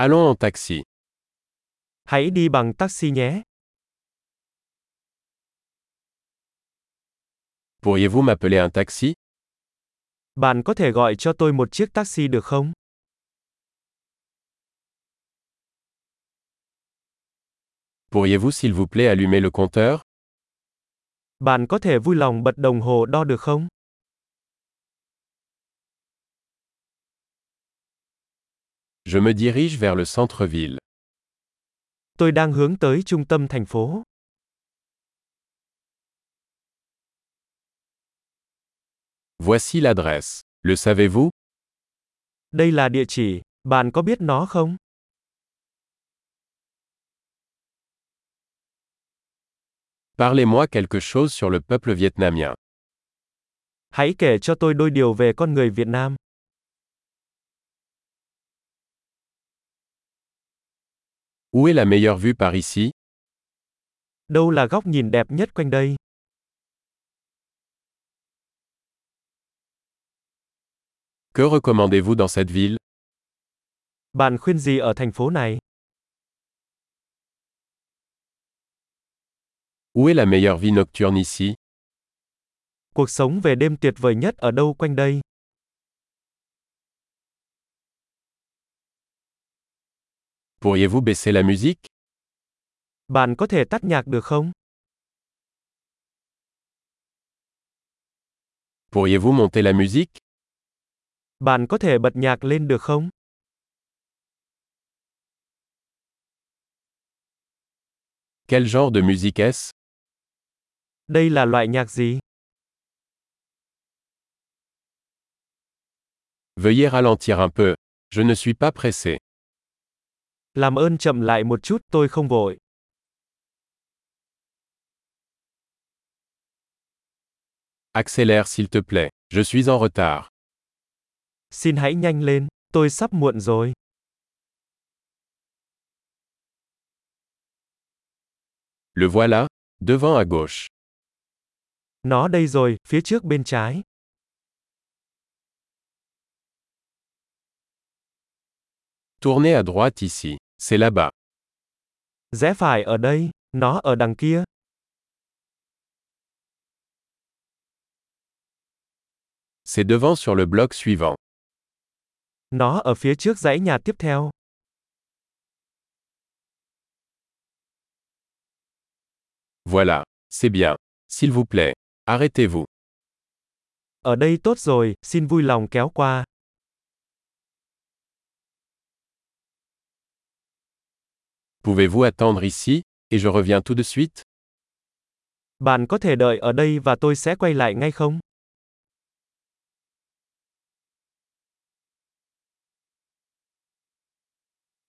Allons en taxi. Hãy đi bằng taxi nhé. Pourriez-vous m'appeler un taxi Bạn có thể gọi cho tôi một chiếc taxi được không? Pourriez-vous s'il vous plaît allumer le compteur Bạn có thể vui lòng bật đồng hồ đo được không? Je me dirige vers le centre-ville. Tôi đang hướng tới trung tâm thành phố. Voici l'adresse. Le savez-vous Đây là địa chỉ, bạn có biết nó không? Parlez-moi quelque chose sur le peuple vietnamien. Hãy kể cho tôi đôi điều về con người Việt Nam. Où est la meilleure vue par ici Đâu là góc nhìn đẹp nhất quanh đây? Que recommandez-vous dans cette ville Bạn khuyên gì ở thành phố này? Où est la meilleure vie nocturne ici Cuộc sống về đêm tuyệt vời nhất ở đâu quanh đây? Pourriez-vous baisser la musique Bạn có thể tắt nhạc được không? Pourriez-vous monter la musique Bạn có thể bật nhạc lên được không? Quel genre de musique est-ce Đây là loại nhạc gì? Veuillez ralentir un peu. Je ne suis pas pressé. Làm ơn chậm lại một chút, tôi không vội. Accélère s'il te plaît. Je suis en retard. Xin hãy nhanh lên, tôi sắp muộn rồi. Le voilà, devant à gauche. Nó đây rồi, phía trước bên trái. Tournez à droite ici. C'est là-bas. Rẽ phải ở đây, nó ở đằng kia. C'est devant sur le bloc suivant. Nó ở phía trước dãy nhà tiếp theo. Voilà. C'est bien. S'il vous plaît. Arrêtez-vous. Ở đây tốt rồi, xin vui lòng kéo qua. Pouvez-vous attendre ici, et je reviens tout de suite Bạn có thể đợi ở đây và tôi sẽ quay lại ngay không?